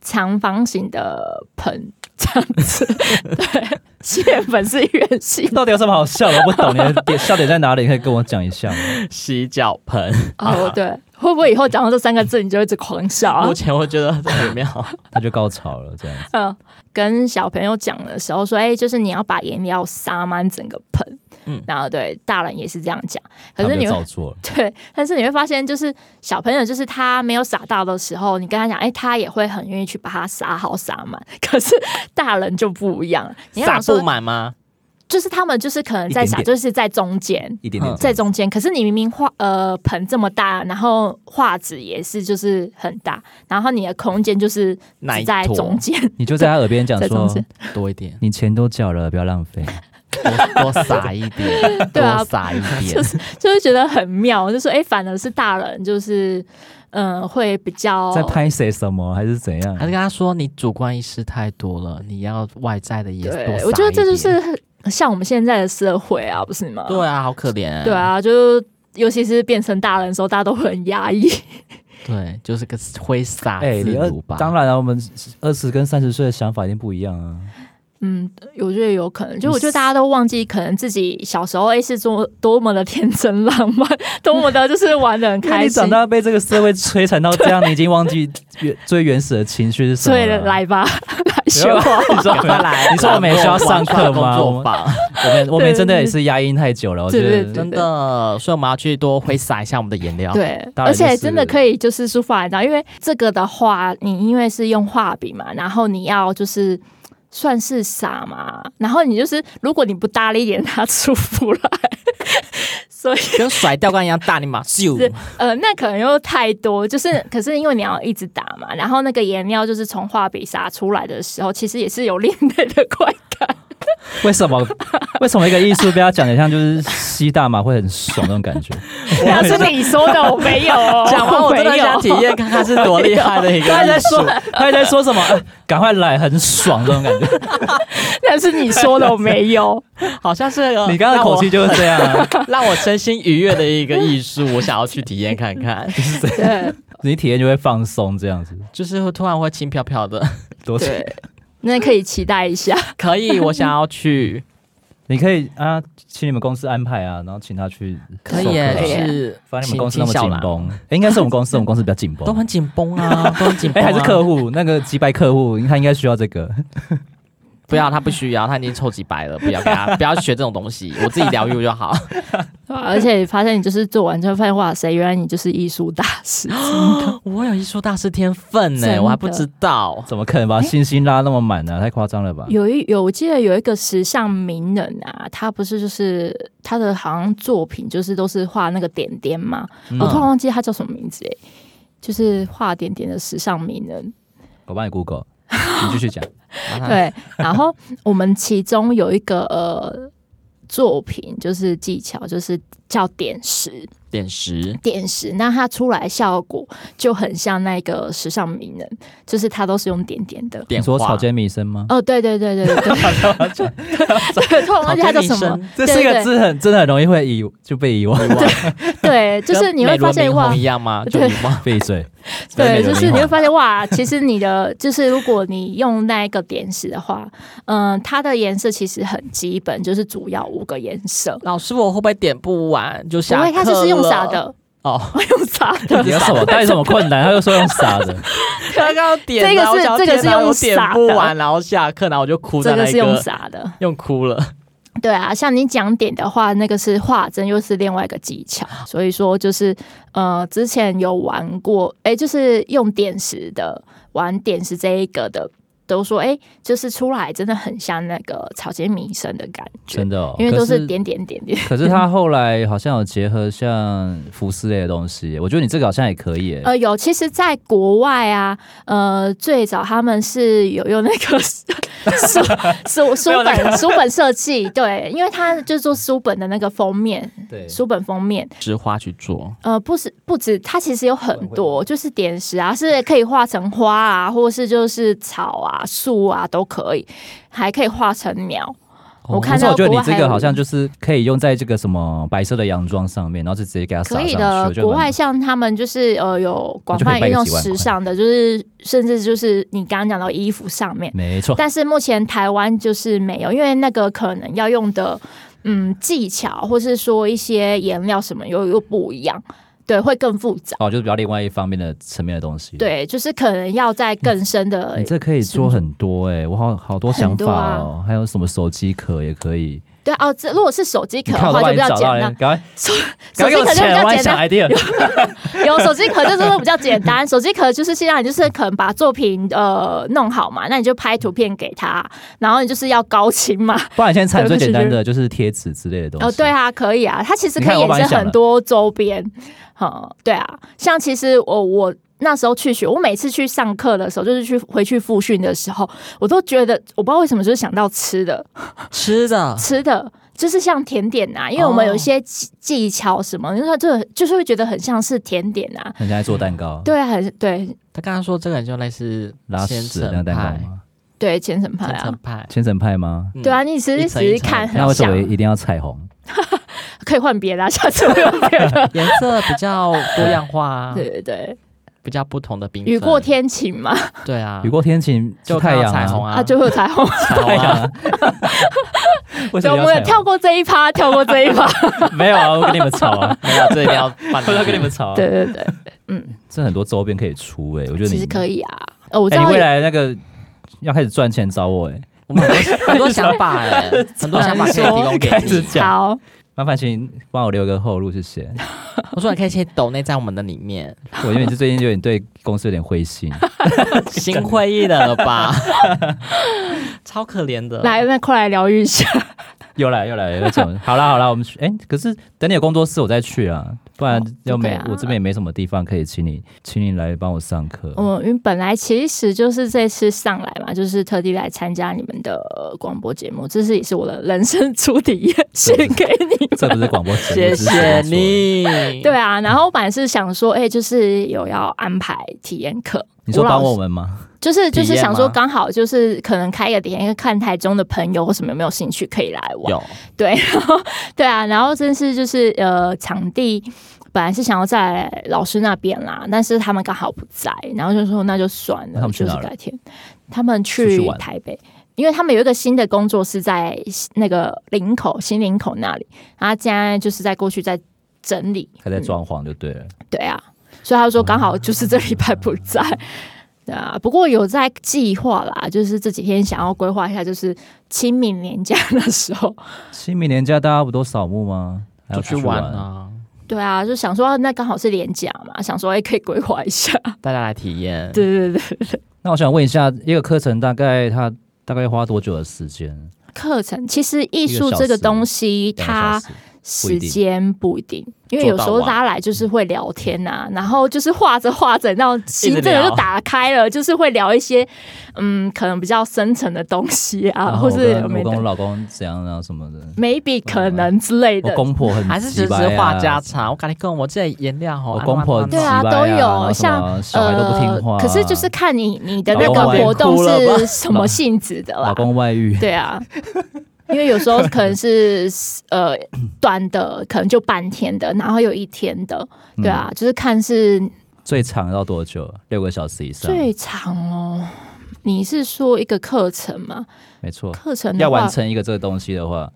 长方形的盆这样 子，对，蟹粉是圆形到底有什么好笑的？我不懂， 你的点笑点在哪里？你可以跟我讲一下吗？洗脚盆，啊哦，对，会不会以后讲到这三个字你就一直狂笑啊目？前我觉得很妙。他就高潮了，这样子。嗯，跟小朋友讲的时候说，哎、就是你要把颜料撒满整个盆，嗯嗯，然后对大人也是这样讲，可他是们你就照会做了。 对，但是你会发现，就是小朋友就是他没有撒到的时候，你跟他讲，哎、他也会很愿意去 把它撒好撒满，可是大人就不一样，你要撒想不说，满吗？就是他们就是可能在想，一点点就是在中间，一点点嗯在中间。可是你明明画呃盆这么大，然后画质也是就是很大，然后你的空间就是那只一在坨中间，嗯你就在他耳边讲在中说，间多一点，你钱都缴了，不要浪费。多多撒一点， 对啊多撒一点，就会觉得很妙。就说哎、诶反而是大人就是嗯、呃会比较在拍谁什么还是怎样还？是跟他说你主观意识太多了，你要外在的也多对撒，我觉得这就一点是像我们现在的社会啊，不是吗？对啊，好可怜、对，啊，就尤其是变成大人的时候，大家都会很压抑。 对，就是个挥洒哎、自你二如吧。当然 了、我们二十跟三十岁的想法一定不一样啊。嗯，我觉得有可能，就我觉得大家都忘记，可能自己小时候哎是多多么的天真浪漫，多么的就是玩的很因为开你心长。大被这个社会摧残到这样，你已经忘记原最原始的情绪是什么所以了。来吧， 来不学要画 你说我们来你说我们也需要上 课吗？我工作们坊，我们我们对真的也是压音太久了，我觉对对得对真的，所以我们要去多挥洒一下我们的颜料。，对，当而然就且是真的可以就是抒发你知道，因为这个的话，你因为是用画笔嘛，然后你要就是算是傻嘛，然后你就是如果你不搭理一点，它 出不来，所以跟甩钓竿一样大，你马是咻，呃，那可能又太多，就是可是因为你要一直打嘛，然后那个颜料就是从画笔撒出来的时候，其实也是有另类的 快感，为什么为什么一个艺术被他讲的像就是吸大麻会很爽那种感 觉？那是你说的，我没有哦讲完我真的没有想体验看看是多厉害的一个他还在艺术说。他还在说什么？呃赶快来，很爽这种 感觉。 那是你说的，我没有。好像是你刚刚的口气就是这样 啊。哦让我让我身心愉悦的一个艺术，我想要去体验看看，对你体验就会放松，这样子就是会突然会轻飘飘的。 多爽。对，那可以期待一下。可以，我想要去，你可以啊，请你们公司安排啊，然后请他去可以授课耶，啊可就以耶是反正你们请公司那么请小紧郎绷，诶应该是我们公司，我们公司比较紧绷，都很紧绷啊，都很紧哎、绷啊。还是客户那个几百客户，他应该需要这个。不要，他不需要，他已经臭几白了，不要给他，不要学这种东西，我自己疗愈就好。对啊而且发现你就是做完之后发现，哇塞，原来你就是艺术大师，我有艺术大师天分真的呢，我还不知 道。怎么可能把星星拉那么满呢、太夸张了吧？有一有，我记得有一个时尚名人啊，他不是就是他的好像作品就是都是画那个点点嘛，嗯我突然忘记他叫什么名字哎、就是画点点的时尚名人。我帮你 Google，你继 续讲。啊对，然后我们其中有一个呃作品就是技巧，就是叫点石，点石，点石，那它出来效果就很像那个时尚名人，就是它都是用点点的。你点说花草 间弥生吗？哦，对对对对对对，对，突然忘记它叫什么，这是 对一对个字很真的很容易会遗就被 遗忘。对，就是你会发现哇一，样吗？就对一 样。闭嘴。对，美轮就明是你宏会发现哇，其实你的就是如果你用那个点石的话，嗯，它的颜色其实很基本，就是主要五个颜色。老师，我会不会点不完就不下会，它就是用啥啥的， 哦， 我用啥的你。有什么？到底什么困难？他又说用傻 的，刚刚点这个是然后想要这个是点然后用我撒点的不完，然后下课，然后我就哭在这那个一是用啥的？用哭了。对啊，像你讲点的话，那个是画针，又是另外一个技巧。所以说，就是呃，之前有玩过，哎，就是用点石的，玩点石这一个的，都说哎，诶就是出来真的很像那个草间弥生的感觉真，的、哦。因为都可是点点点点。可是他后来好像有结合像服饰类的东西，我觉得你这个好像也可以耶。呃，有，其实，在国外啊，呃，最早他们是有用那个书 书书本书本设计，对，因为他就做书本的那个封面，对书本封面，植花去做，呃，不是不止，它其实有很多，就是点石啊，是可以画成花啊，或是就是草啊、树啊都可以，还可以画成鸟。我看哦可是到我觉得国你外这还个有好像就是可以用在这个什么白色的洋装上面，然后就直接给它撒可上以去。的我，觉得国蛮外像他们就是呃有广那就可以泛运卖个用几万时块尚的，就是甚至就是你刚刚讲到衣服上面，没错， 但是目前台湾就是没有，因为那个可能要用的嗯技巧，或是说一些颜料什么又又不一样，对，会更复杂。哦，就是比较另外一方面的层面的东西。，对，就是可能要在更深的嗯你这可以做很多哎、我好好多想很多啊 法哦，还有什么手机壳也可以，对哦，这如果是手机壳你的看我话都就帮比较你找简到单了，，赶快手手 赶快机壳给就我比钱，较我简想单， idea。有手机壳就真的比较简单。 手机壳就是现在你就是可能把作品呃弄好嘛，那你就拍图片给他，然后你就是要高清嘛。不然你现在产最简单的就是贴纸之类的东西。哦，对啊，可以啊，它其实你可看以我帮衍你生想很了多周边。嗯，对啊，像其实我我那时候去学，我每次去上课的时候，就是去回去复训的时候，我都觉得我不知道为什么就是想到吃的，吃的吃的就是像甜点啊，因为我哦们有一些技技巧什么，你说这就是会觉得很像是甜点啊，很像在做蛋糕，对啊，很对他刚刚说这个就类似拉千屎层那个蛋糕派，吗？对千层派千啊层，派，千层派吗？对啊，你其一实层仔一细层看那很啊为什像么，一定要彩虹？可以换别的、啊，下次我用别 的。嗯颜色比较多样化啊， 对对对，比较不同的缤纷。雨过天晴嘛，对啊，雨过天晴就是太看到阳彩虹啊， 啊，啊，就会有彩虹。彩虹啊，为什对，我么们有要彩跳虹？过这一 趴，跳过这一趴。没有啊，我跟你们吵 啊，没有这一定要 办我进去要跟你们吵啊。对对对，这很多周边可以出哎，我觉得其你实可以啊。呃，我知哎，道你未来那个要开始赚钱找我哎，我们很多很多想法哎，很多想法可以提供给 开始你。讲，嗯嗯好，麻烦请帮我留个后路，谢谢。我说你可以先抖内在我们的里面， 我因为这最近有点对公司有点灰心，心灰意冷了吧？超可怜的，来，那快来疗愈一下。又来又来又讲，好啦好啦，我们去，哎、可是等你有工作室我再去啊，不然哦又没、对啊我这边也没什么地方可以请你，请你来帮我上课。我们嗯本来其实就是这次上来嘛，就是特地来参加你们的呃广播节目，这是也是我的人生 初体 验，献给你 这们。不是广播节谢目，只是闲谢说你。对，啊，然后我本来是想说，哎、就是有要安排体验课，你说吴老帮师我们吗？就是就是体验想说，吗刚好就是可能开个点，因为看台中的朋友或什么有没有兴趣可以来玩。有对，然后对啊，然后真是就是呃，场地本来是想要在老师那边啦，但是他们刚好不在，然后就说那就算了，那他们去就是哪了改天。他们出去去玩台北，因为他们有一个新的工作室在那个林口新林口那里，然后现在就是在过去在整理，还在装潢就对了，对啊，所以他就说刚好就是这礼拜不在。对啊，不过有在计划啦，就是这几天想要规划一下，就是清明年假的时候，清明年假大家不都扫墓吗？还出要去出去玩玩！啊，对啊，就想说那刚好是廉价嘛，想说哎、可以规划一下。大家来体 验。对对对，那我想问一下，一个课程大概它大概花多久的时间？课程其实艺术一个小这时个东西，两个它小时不时一定间不一定，因为有时嗯候做到完大家来就是会聊天呐、然后就是画着画着，然后心一直这聊个就打开了，就是会聊一些嗯，可能比较深层的东西啊，然后或我是跟有我没跟我的老公怎样啊什么的， maybe 可能之类我的。公婆很还是只直是白啊话家常，我感觉跟我这颜料吼，我公婆啊很急那对掰啊啊，都有然后什像呃么小孩都不听话啊、可是就是看你你的那个老公外面活动哭了吧是什么性质的啦老。公外遇，对啊，因为有时候可能是呃短的，可能就半天的，然后有一天的，嗯对啊，就是看是最长要多久？六个小时以上，最长哦。你是说一个课程吗？没错。课程的哦要话完，成一个这个东西的话，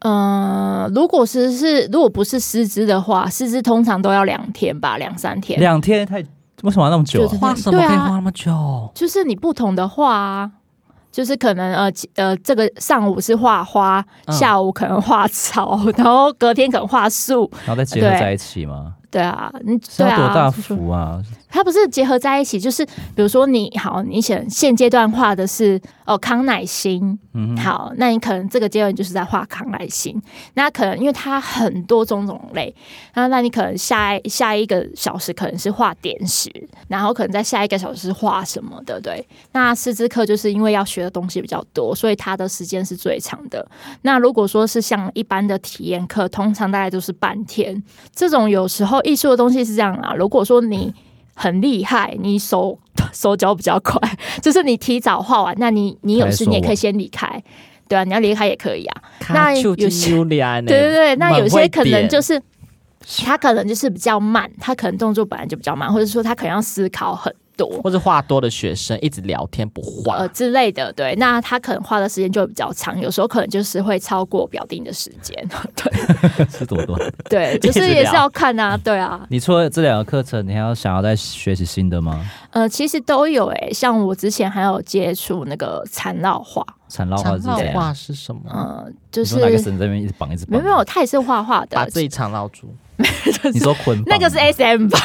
嗯、如果是是如果不是师资的话，师资通常都要两天吧，两三天。两天太为什么要那么久、就是啊？画什么对啊可以画那么久？就是你不同的画啊，就是可能呃其呃，这个上午是画花，嗯下午可能画草，然后隔天可能画树，然后再结合在一起吗？对啊，你是对要啊，多大就是幅啊？它不是结合在一起，就是比如说你好，你写现阶段画的是哦康乃馨，嗯哼，好，那你可能这个阶段就是在画康乃馨，那可能因为它很多种种类，那那你可能下一下一个小时可能是画点石，然后可能在下一个小时是画什么的，对。那师资课就是因为要学的东西比较多，所以它的时间是最长的。那如果说是像一般的体验课，通常大概就是半天。这种有时候艺术的东西是这样啊，如果说你很厉害，你手 手脚比较快，就是你提早画完，那你你有事你也可以先离开，对啊，你要离开也可以啊。那有些有对对对对，那有些可能就是是他可能就是比较慢，他可能动作本来就比较慢，或者说他可能要思考很多。或是话多的学生一直聊天不画，呃之类的，对，那他可能花的时间就会比较长，有时候可能就是会超过表定的时间， 啊 是多多。 对，就一是直也是聊要看啊，对啊，你除了这两个课程，你还要想要再学习新的吗？呃，其实都有诶、像我之前还有接触那个缠绕画，缠绕画长是绕怎样？画是什么？嗯、就你是说拿个绳子在那边一直绑一直没有绑？没有，，他也是画画把的，自己长绕住，你说捆绑？那个是哎 S M 吧？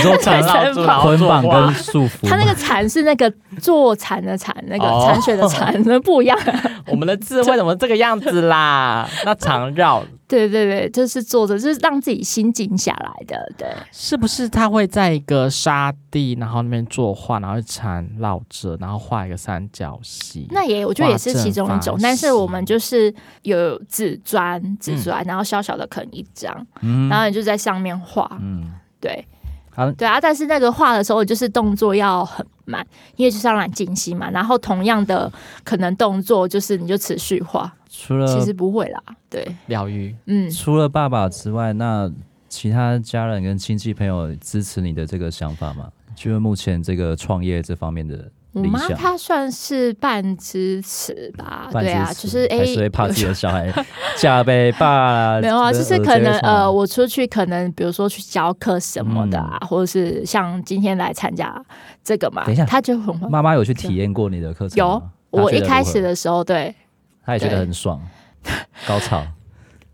说缠绕住然捆绑 跟束缚吗？他那个蝉是那个坐蝉的蝉，那个哦残雪的蝉，那不一样。我们的字为什么这个样子啦？那长绕对对对，就是坐着，就是让自己心静下来的。对， 是不是他会在一个沙地，然后那边作画，然后缠绕着，然后画一个三角形？那也我觉得也是哇其中一正种方，但是形我们就是有纸砖，纸砖，然后小小的啃一张，嗯然后你就在上面画。嗯，对好对啊，但是那个画的时候，就是动作要很慢，因为就是要让你静心嘛。然后同样的可能动作，就是你就持续画，除了其实不会啦。对，疗愈嗯，除了爸爸之外，那其他家人跟亲戚朋友支持你的这个想法吗？就是目前这个创业这方面的我理妈想她算是半支持吧，半对支持，啊，就是哎还，是会怕自己的小孩 嫁 被爸没有啊，呃就是可能呃，我出去可能比如说去教课什么的啊，或者是像今天来参加这个嘛嗯等一下，她就很欢。妈妈有去体验过你的课程有吗，我一开始，她觉得如何的时候，对，她也觉得对 很爽，高潮。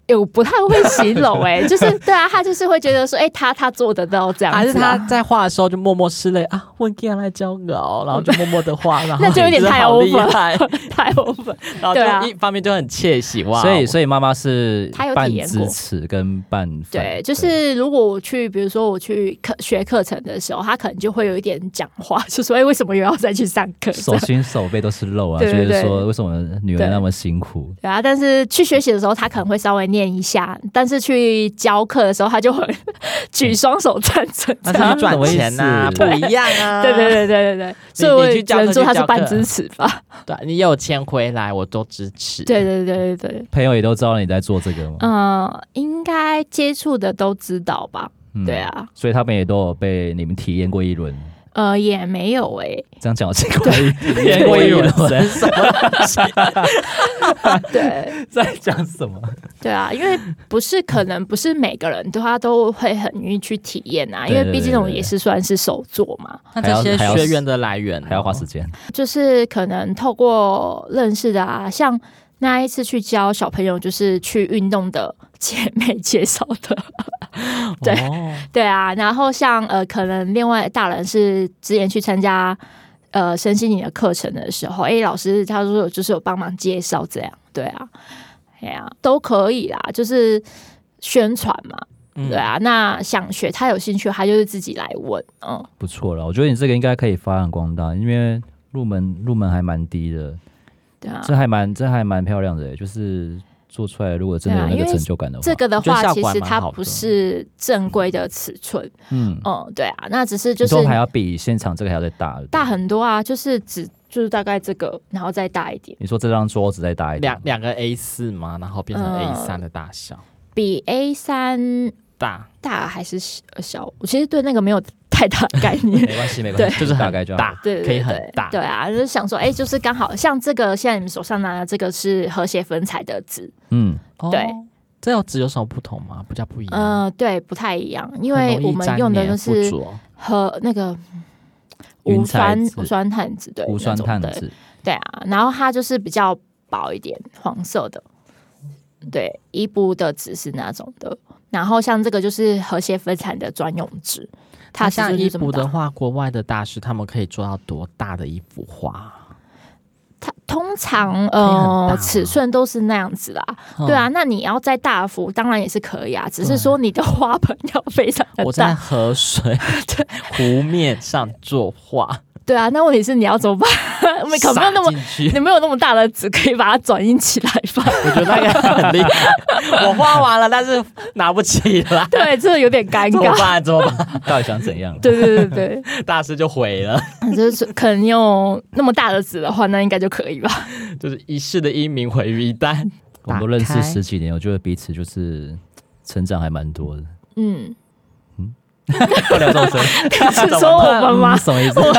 哎，我不太会形容， 哎，就是对啊，她就是会觉得说，哎，她她做得到这样子啊，还是他在画的时候就默默拭泪啊，问 g 来教稿，然后就默默的画，然 后那就 有点觉得太好 over 啊厉 害， 太 over，然后对啊就一方面就很窃喜 哇，哦所以，所以妈妈是她有半体验过支持跟半反对，就是如果我去，比如说我去课学课程的时候，她可能就会有一点讲话，就说，哎，为什么又要再去上课？ 这手样心手背都是肉啊，对对就对是说为什么女对人那么辛苦？对啊，但是去学习的时候，他可能会稍微念一下，但是去教课的时候，他就会 举双手赞成。那是去赚钱呐、什不么一样 啊，对对对对对对，所以我你去只教课能说去他是教半课支持 吧。对，啊你有钱回来我都支持，对对对对对，朋友也都知道你在做这个吗？嗯、应该接触的都知道吧？嗯对，啊，所以他们也都有被你们体验过一轮。呃，也没有欸 诶、这样讲我见过一体验过一轮轮，对在讲什么？对啊，因为不是可能不是每个人都他都会很愿意去体验啊，因为对对毕对竟我对也是算是手作嘛。那这些还要学员的来源呢还要花时间，就是可能透过认识的啊，像那一次去教小朋友，就是去运动的 姐妹介绍的， 对哦对啊。然后像呃，可能另外大人是之前去参加呃身心灵的课程的时候，诶，老师他说就是有帮忙介绍这样，对啊，哎呀、都可以啦，就是宣传嘛，嗯对啊。那想学，他有兴趣，他就是自己来问，嗯，不错了。我觉得你这个应该可以发扬光大，因为入门入门还蛮低的，对啊。这还蛮这还蛮漂亮的耶，就是做出来如果真的有那对啊个因为成就感的话，这个的我觉得话，效其果还实蛮它好的不是正规的尺寸，嗯，嗯，对啊，那只是就是你说还要比现场这个还要再大，对不对大。很多啊，就是只就是大概这个，然后再大一点，你说这张桌子再大一点两，两个 A 四嘛，然后变成嗯 A 三的大小，比 A 三大大还是小小？我其实对那个没有太大的概 念。没关系没关系，就是大很概就好大，对对对可以很大，对啊，就是想说，哎、就是刚好像这个，现在你们手上拿的这个是和谐粉彩的纸，嗯，哦对，这有纸有什么不同吗？不叫不一样，嗯、对，不太一样，因很为容易我们粘用的黏就附是着和那个云无彩酸纸无酸炭纸，对，无酸那种炭对纸，对啊，然后它就是比较薄一点，黄色的。对，伊布的纸是那种的，然后像这个就是和谐分产的专用纸，它那尺寸像就衣这么服的大。话，国外的大师他们可以做到多大的一幅画？啊它通常大呃吗哦尺寸都是那样子啦，对啊，那你要再大幅当然也是可以啊，只是说你的花盆要非常嗯，的我在呃大。河 水湖面上作画，对啊，那问题是你要怎么 办？没可没有那撒么进去 你没有那么大的纸可以把它转印起来 吧？我觉得那个很厉害。我画完了，但是拿不起来，对，这有点尴怎么尬。办？怎么办？到底想怎样？对对对对。大师就毁了， 就是可能用那么大的纸的话，那应该就可以吧。就是一世的英名毁于一 旦。我们都认打识开 十几年，我觉得彼此就是成长还蛮多的。嗯，不聊众生，是说我们吗 嗯？什么意思？我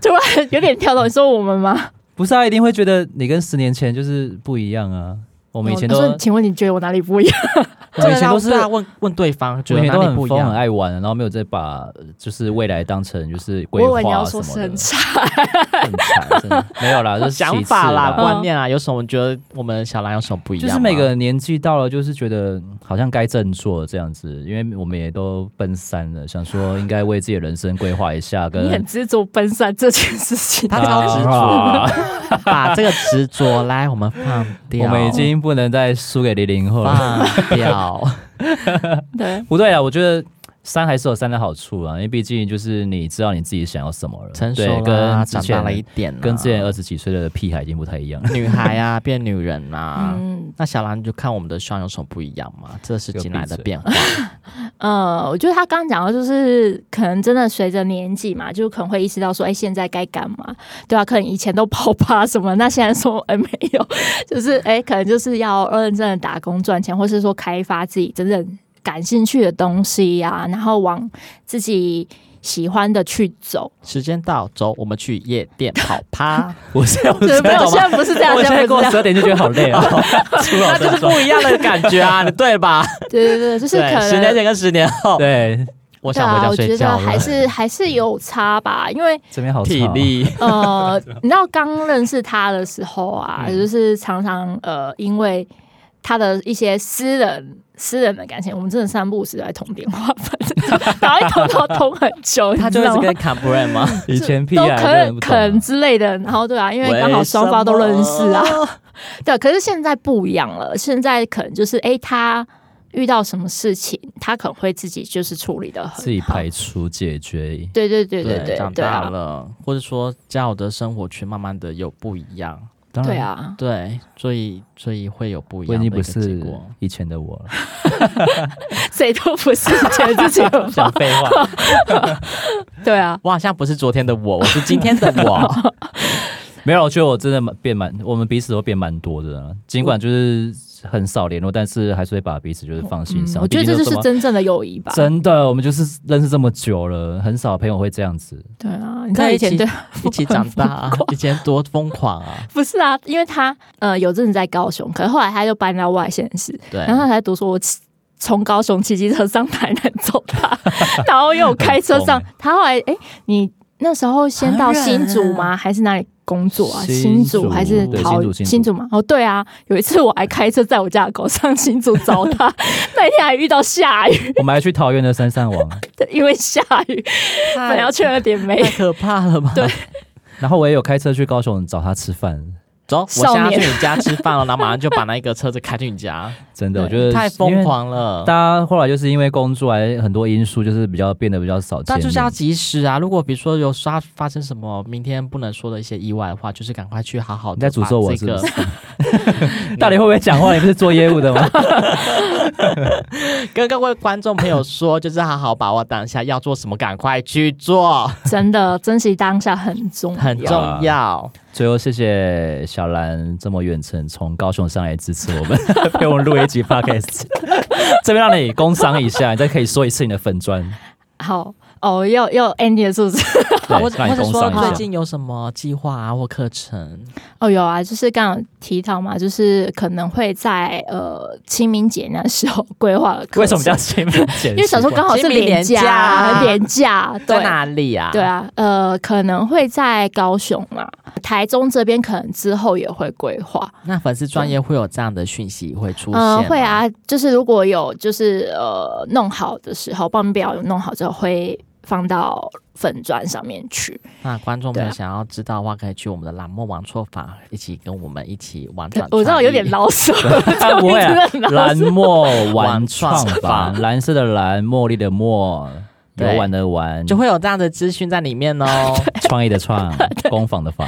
突然有点跳到你说我们吗？不是啊，一定会觉得你跟十年前就是不一样啊。我们以前都，我说哦请问你觉得我哪里不一样？我们以前都是对啊问问对方，我觉们得以前哪都里不很一疯，很样？爱玩，然后没有再把就是未来当成就是我规以划为你要什说是么很的，差，很惨，真的没 有啦，就是想其次法啦、嗯观念啊啦，有什么觉得我们小兰有什么不一就样吗？是每个年纪到了，就是觉得嗯好像该振作这样子，因为我们也都奔三了，想说应该为自己的人生规划一下，你很跟执着奔散这件事 情。他超 执啊着，把这个执着来我们放掉，我们已经不能再输给零零后了。 放 掉。对，不对啊，我觉得三还是有三的好处啊，因为毕竟就是你知道你自己想要什么了，成熟对，跟啦，之长大前了一点啊啦，跟之前二十几岁的屁孩已经不太一样了。女孩啊变女人啊啦。 嗯那小兰就看我们的双有什么不一样嘛？这是近来的变化，呃，我觉得他刚刚讲到，就是可能真的随着年纪嘛，就可能会意识到说，哎、现在该干嘛？对啊，可能以前都跑趴什么，那现在说， 哎、没有，就是哎、可能就是要认真的打工赚钱，或是说开发自己真正感兴趣的东西呀、然后往自己喜欢的去 走。时间到，走，我们去夜店跑趴。我现在我对，现没在有，懂现吗？在不是这样，我现在不过是这十样二。点就觉得好 累啊，出老就是 不一样的感觉啊，你对吧？对对对，就是对，可十年能。前跟十年后，对，我对想回啊，家我觉睡得觉还了。是还是有差吧，因为这边好体吵啊力， 呃，你知道刚认识他的时候啊，啊嗯就是常常呃，因为他的一些私人私人的感情，我们真的三不五时在通电话，反正然后一通都通很久，他你就知一道直吗跟 complain 吗？以前屁都孩真的肯不懂啊肯之类的，然后对啊，因为刚好双方都认识啊为，什么。 对，可是现在不一样了，现在可能就是哎、诶他遇到什么事情，他可能会自己就是处理的很自己好排除解决，对 对对对长对对大啊，了，或者说交友的生活圈慢慢的有不一样，当对然。啊，对，所以所以会有不一我已样的一经不个结是果。以前的我了，谁都不是觉得自己 很棒讲，废 话。对啊，我好像不是昨天的我，我是今天的 我。 没有，我觉得我真的蛮变蛮，我们彼此都变蛮多的啊。尽管就是很少联络，但是还是会把彼此就是放心上。嗯我觉得毕竟这都就这是么真正的友谊吧。真的，我们就是认识这么久了，很少朋友会这样子。对啊，你在以前在对，一起长大、啊，以前多疯狂啊！不是啊，因为他呃有阵子在高雄，可是后来他就搬到外县市，对，然后他才读说我骑从高雄骑机车上台南走 他， 然后又开车上很疯，他后来哎、你那时候先到新竹吗？还是哪里？工作啊，新新竹竹还是对桃新竹新竹新竹嘛？哦，对啊，有一次我还开车载我家的狗上新竹找他， 那一天还遇到下雨，我们还去桃园的山上 玩，因为下雨本来要去那点 没太可怕了吧？对，然后我也有开车去高雄找他吃饭，走，我少现在年去你家吃饭了，然后马上就把那个车子开去你家，真的，对我觉得太疯。因为狂了大。家后来就是因为工作，还很多因素，就是比较变得比较少见但面。就是要及时啊！如果比如说有发发生什么明天不能说的一些意外的话，就是赶快去好好你的在诅咒我这是不个是？到底会不会讲话？你不是做业务的吗？ 跟各位观众朋友说，就是好好把握当下，要做什么赶快去 做，真的珍惜当下很重要，很重要。最后，谢谢小兰这么远程从高雄上来支持我们， 陪我们录一集 podcast。这 边让你工商一下，你再可以说一次你的粉砖，好哦，要要 Andy 的数字对啊或者让或你者工说商最一下。近有什么计划啊或课程？ 哦，有啊，就是刚刚有提到嘛，就是可能会在呃清明节那时候规划的课程为什么叫清明 节？因为小时候刚好是连清假，明连假在对。哪里啊？对，啊，呃，可能会在高雄嘛，台中这边可能之后也会规划，那粉丝专业会有这样的讯息会出现、嗯、会，啊，就是如果有就是呃弄好的时候，报名表有弄好之后会放到粉砖上面去，那观众朋友对啊想要知道的话，可以去我们的栏目玩错法，一起跟我们一起玩转。我知道有点，老手，他不会 啊 真的很老蓝实墨玩创玩创法，法蓝色的蓝，茉莉的茉，游对玩的玩，就会有这样的资讯在里面哦。创意的创， 工坊的坊，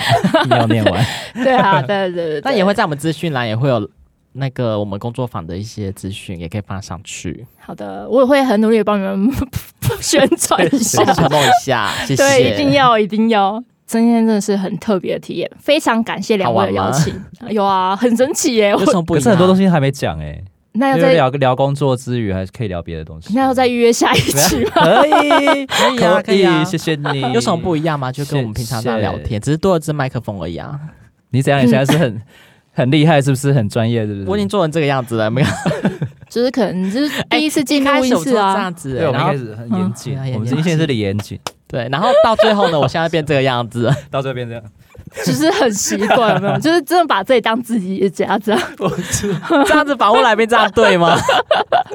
你要念完。对啊，对对对对，那也会在我们资讯栏也会有那个我们工作坊的一些资讯，也可以放上去，好的，我也会很努力的帮你们 宣传一下 帮我，们弄一下，谢谢。对，一定要一定要。今天真的是很特别的体验，非常感谢两位的邀请。有啊，很神奇耶！有我 什么不可一是很多东样？西还没讲哎，那要因为再聊聊工作之余，还是可以聊别的东西。那要再预约下一期吗？可啊以，可以啊，可以啊。谢谢你。有什么不一样吗？就跟我们平常在聊谢天，只是多了支麦克风而已啊。你怎样？你现在是很很厉害，是不是？很专业，是不是？我已经做成这个样子了，没有就是可能就是第一次进录哎开始音我室做这啊，样子，对，我们然一后开始很严谨嗯对啊，我们严谨之前是的严谨，对，然后到最后呢，我现在变这个样子，到这边 这样。就是很习惯，有没 有？就是真的把自己当自己的家这样。这样子访问来宾这样对 吗？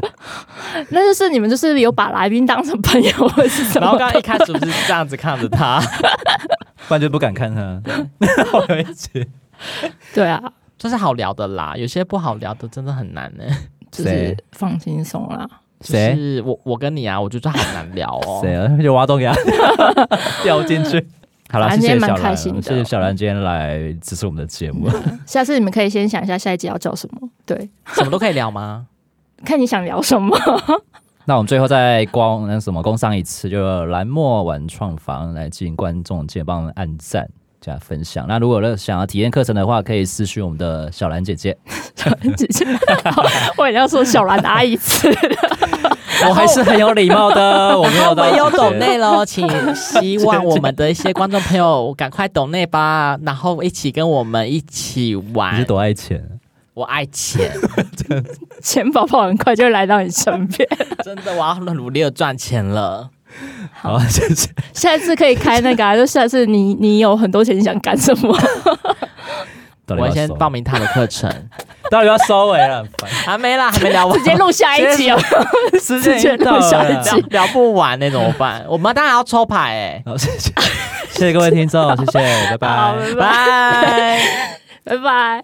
那就是你们就是有把来宾当成朋友或是什然后么？刚刚一开始不是这样子看着 他，不然就不敢看他。我们一 起对啊，就是好聊的啦，有些不好聊的真的很难呢、就是谁放轻松啦。谁就是我我跟你啊，我觉得好难聊哦。谁啊？就挖洞给他掉进去。好了，反谢正今天谢小蛮开兰，心谢的谢小兰今天来支持我们的节目。下次你们可以先想一下下一集要叫什么，对，什么都可以聊吗？看你想聊什么。 那我们最后再光那什么工商一次，就蓝墨玩创房来进行观众见，帮我们按赞加分享。那如果呢想要体验课程的话，可以私讯我们的小兰姐姐。姐姐，我也要说小兰阿姨吃，我还是很有礼貌的，我没有 我到们有姐姐抖内喽，请希望我们的一些观众朋友赶快抖内吧，然后一起跟我们一起你是玩。多爱钱？我爱钱， 钱宝宝很快就会来到你身边。 真的，我要努力的赚钱了。好，谢谢。下一次可以开那个、啊，就下次你你有很多钱，你想干什么？到底我要先收报，名他的课程，到底要收尾了，很烦 还没啦，还没聊 完直，接录下一集哦。时间已经到了啦 聊聊不完那、怎么办？我们当然要抽 牌哎、好，谢谢，谢谢各位听众，谢谢，拜拜 好，。拜拜，拜。拜拜。